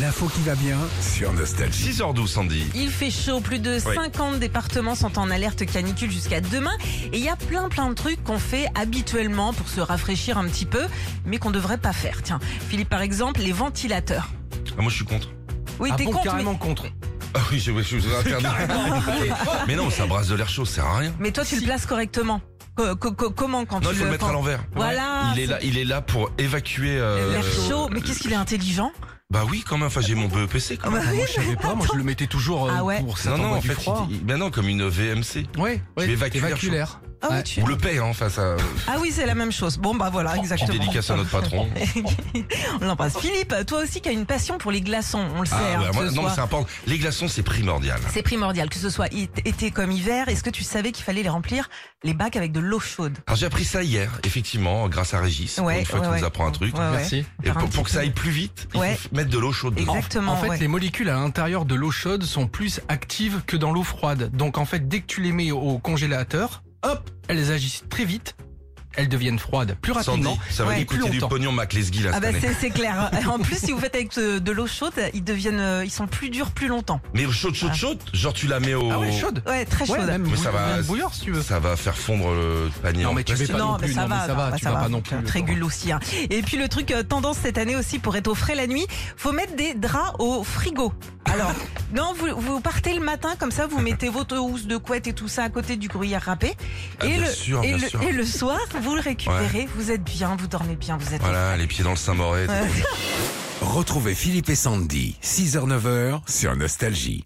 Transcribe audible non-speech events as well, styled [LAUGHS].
L'info qui va bien sur Nostalgie. 6h12, Sandy. Il fait chaud, plus de Oui. 50 départements sont en alerte canicule jusqu'à demain et il y a plein plein de trucs qu'on fait habituellement pour se rafraîchir un petit peu mais qu'on devrait pas faire. Tiens, Philippe par exemple, les ventilateurs. Ah, moi, je suis contre. [LAUGHS] Oui, Ah t'es bon, contre, carrément contre. Ah oui, je, je- je [LAUGHS] vous ai interdit. mais non, ça brasse de l'air chaud, ça sert à rien. mais, mais toi tu le places correctement. Co- co- co- comment quand Non, tu il faut le mettre quand- à l'envers. Voilà. Il est là, il est là pour évacuer. euh, L'air chaud, mais qu'est-ce qu'il est intelligent Bah oui, quand même. Enfin, j'ai mon BEPC. Quand Ah même. bah oui, Moi, je savais pas. Moi, je le mettais toujours euh, Ah ouais. pour Non, s'attendre non, en du fait, froid. il- il- ben non, comme une VMC. Ouais, ouais, évacues l'air t'évacues chaud. l'air. Ah oui, Ouais. tu- Ou le paye, hein. Enfin, ça. Ah oui, c'est la même chose. Bon bah voilà, Petite exactement. dédicace Oh, à notre patron. [LAUGHS] On en passe. Philippe, toi aussi qui as une passion pour les glaçons, on le sait. Ah, hein, ouais, que moi- ce non, mais soit- c'est important. Les glaçons, c'est primordial. C'est primordial, que ce soit it- été comme hiver. Est-ce que tu savais qu'il fallait les remplir, les bacs avec de l'eau chaude Alors, j'ai appris ça hier, effectivement, grâce à Régis. pour Ouais, une fois ouais, qu'il ouais. nous apprend un truc. Ouais, ouais. Merci. Et Faire un pour, pour que petit ça peu. aille plus vite, Ouais. il faut f- mettre de l'eau chaude dedans. Exactement. En fait, ouais. les molécules à l'intérieur de l'eau chaude sont plus actives que dans l'eau froide. Donc, en fait, dès que tu les mets au congélateur, hop, elles agissent très vite. Elles deviennent froides plus Sandy, rapidement. ça va Ouais. lui Et plus coûter du longtemps. pognon, Mac Lesguy, là, Ah cette bah année. c'est [LAUGHS] c'est clair. En plus, si vous faites avec de, de l'eau chaude, ils deviennent, euh, ils sont plus durs plus longtemps. Mais chaude, chaude, Ah. chaude, genre tu la mets au. Ah ouais, chaude. Ouais, très Ouais, chaude. même, Mais ça bouillir- va- même bouillir, si tu veux. Ça va faire fondre le panier. Non, en mais tu plastique. pas non mais plus, ça non, va, mais ça va, tu vas pas non plus, Très attends. régule aussi. hein. Et puis le truc euh, tendance cette année aussi pour être au frais la nuit, faut mettre des draps au frigo. [LAUGHS] Alors, non, vous, vous partez le matin comme ça, vous mettez votre housse de couette et tout ça à côté du gruyère râpé. Ah, et, bien le, sûr, et, bien le, sûr. et le soir, vous le récupérez, vous êtes bien, vous dormez bien, vous êtes au Voilà, les pieds dans le Saint-Mauré. Retrouvez Philippe et Sandy, 6h-9h sur Nostalgie.